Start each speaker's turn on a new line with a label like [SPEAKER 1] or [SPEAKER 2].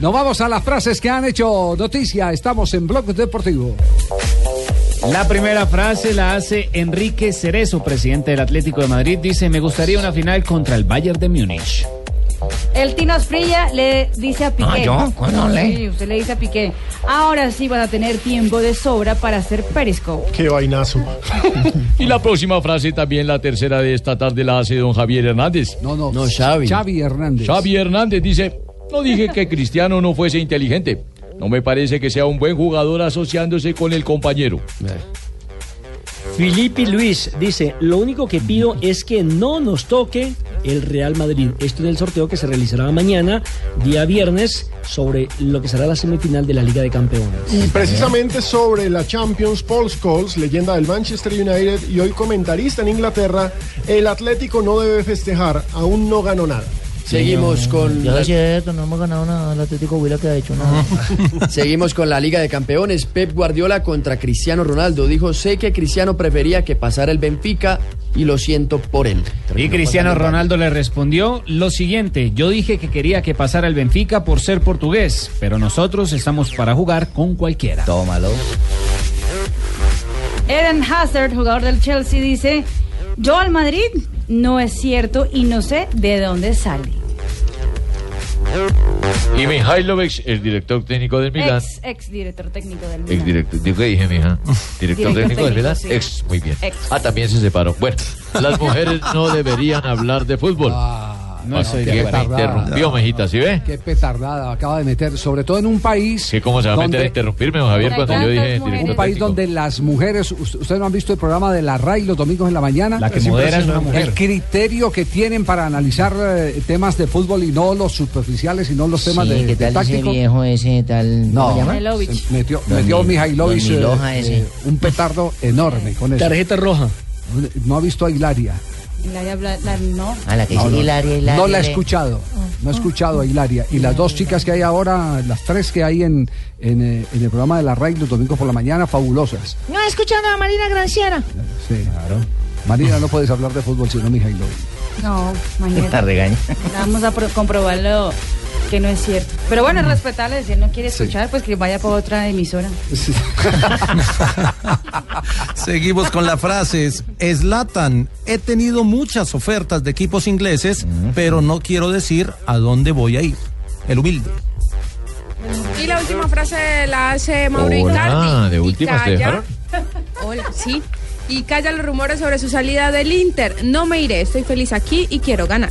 [SPEAKER 1] Nos vamos a las frases que han hecho noticia. Estamos en Blog Deportivo.
[SPEAKER 2] La primera frase la hace Enrique Cerezo, presidente del Atlético de Madrid. Dice, me gustaría una final contra el Bayern de Múnich.
[SPEAKER 3] El Tino Asprilla le dice a Piqué.
[SPEAKER 2] Ah, ¿yo? ¿Cuándo le?
[SPEAKER 3] Sí, usted le dice a Piqué. Ahora sí vas a tener tiempo de sobra para hacer Periscope.
[SPEAKER 4] Qué vainazo.
[SPEAKER 5] Y la próxima frase, también la tercera de esta tarde, la hace don Javier Hernández.
[SPEAKER 1] No, pues. no.
[SPEAKER 2] No, Xavi.
[SPEAKER 1] Xavi Hernández.
[SPEAKER 5] Xavi Hernández dice, no dije que Cristiano no fuese inteligente. No me parece que sea un buen jugador asociándose con el compañero.
[SPEAKER 6] Filipe Luis dice, lo único que pido es que no nos toque el Real Madrid. Esto en el sorteo que se realizará mañana, día viernes, sobre lo que será la semifinal de la Liga de Campeones.
[SPEAKER 4] Y precisamente sobre la Champions, Paul Scholes, leyenda del Manchester United y hoy comentarista en Inglaterra, el Atlético no debe festejar, aún no ganó nada.
[SPEAKER 7] Seguimos con,
[SPEAKER 8] Ya
[SPEAKER 7] la,
[SPEAKER 8] es cierto, no hemos ganado nada. El Atlético Huila que ha hecho nada.
[SPEAKER 7] seguimos con la Liga de Campeones. Pep Guardiola contra Cristiano Ronaldo. Dijo, sé que Cristiano prefería que pasara el Benfica y lo siento por él.
[SPEAKER 2] Y
[SPEAKER 7] Terminó
[SPEAKER 2] Cristiano
[SPEAKER 7] pasando el
[SPEAKER 2] Ronaldo le respondió lo siguiente, yo dije que quería que pasara el Benfica por ser portugués, pero nosotros estamos para jugar con cualquiera.
[SPEAKER 8] Tómalo.
[SPEAKER 3] Eden Hazard, jugador del Chelsea, dice, yo al Madrid no es cierto y no sé de dónde sale.
[SPEAKER 5] Y Mihailovic, el director técnico del Milan.
[SPEAKER 3] Ex, ex director técnico del
[SPEAKER 5] Ex
[SPEAKER 3] Milan.
[SPEAKER 5] director, ¿qué dije, mija?
[SPEAKER 3] Director
[SPEAKER 5] Director técnico del
[SPEAKER 3] técnico,
[SPEAKER 5] Milan.
[SPEAKER 3] sí.
[SPEAKER 5] Ex, muy bien.
[SPEAKER 3] Ex.
[SPEAKER 5] Ah, también se separó. Bueno, las mujeres no deberían hablar de fútbol.
[SPEAKER 1] Ah,
[SPEAKER 2] No estoy de
[SPEAKER 5] Que me
[SPEAKER 2] acuerdo.
[SPEAKER 5] interrumpió, mijita, ¿sí ve?
[SPEAKER 1] Qué petardada acaba de meter, sobre todo en un país.
[SPEAKER 5] ¿Qué cómo se va a meter a
[SPEAKER 1] donde-
[SPEAKER 5] interrumpirme, don Javier, cuando yo dije
[SPEAKER 3] Un
[SPEAKER 1] Un
[SPEAKER 5] director
[SPEAKER 1] país
[SPEAKER 5] técnico?
[SPEAKER 1] donde las mujeres, us- ustedes no han visto el programa de la RAI los domingos en la mañana.
[SPEAKER 2] La que
[SPEAKER 4] Es
[SPEAKER 2] modera es una
[SPEAKER 4] impresionante.
[SPEAKER 2] mujer.
[SPEAKER 1] El criterio que tienen para analizar eh, temas de fútbol y no los superficiales y no los temas
[SPEAKER 8] Sí,
[SPEAKER 1] de,
[SPEAKER 8] ¿qué
[SPEAKER 1] de
[SPEAKER 8] tal ese
[SPEAKER 1] táctico.
[SPEAKER 8] viejo ese tal?
[SPEAKER 1] No.
[SPEAKER 8] ¿Cómo se llama?
[SPEAKER 3] Mihailovic.
[SPEAKER 1] Se Metió,
[SPEAKER 8] Don
[SPEAKER 1] metió
[SPEAKER 8] Mi-
[SPEAKER 1] Mihailovic,
[SPEAKER 8] Don
[SPEAKER 1] eh,
[SPEAKER 8] Miloja ese.
[SPEAKER 1] eh, un petardo enorme con eso.
[SPEAKER 6] Tarjeta roja.
[SPEAKER 1] No ha visto a Hilaria.
[SPEAKER 3] Hilaria Bla- la- no.
[SPEAKER 8] A la que dice Hilaria, Hilaria.
[SPEAKER 1] No la he
[SPEAKER 8] le-
[SPEAKER 1] escuchado. No he escuchado a Hilaria. Y las dos chicas que hay ahora, las tres que hay en, en, eh, en el programa de la RAI los domingos por la mañana, fabulosas.
[SPEAKER 8] No escuchando a Marina Granciera.
[SPEAKER 1] Sí. Marina, no puedes hablar de fútbol sino Mihailovic.
[SPEAKER 3] No,
[SPEAKER 8] La
[SPEAKER 3] imagínate.
[SPEAKER 8] regaña.
[SPEAKER 3] Vamos a pro- comprobarlo que no es cierto. Pero bueno, es respetable, si él no quiere escuchar, pues que vaya por otra emisora.
[SPEAKER 9] Seguimos con las frases. Slatan, he tenido muchas ofertas de equipos ingleses, pero no quiero decir a dónde voy a ir. El humilde.
[SPEAKER 10] Y la última frase la hace Mauro
[SPEAKER 5] Hola,
[SPEAKER 10] Icardi.
[SPEAKER 5] Ah, de
[SPEAKER 10] Y
[SPEAKER 5] últimas te
[SPEAKER 10] calla-
[SPEAKER 5] dejaron.
[SPEAKER 10] Hola, sí. Y calla los rumores sobre su salida del Inter. No me iré, estoy feliz aquí y quiero ganar.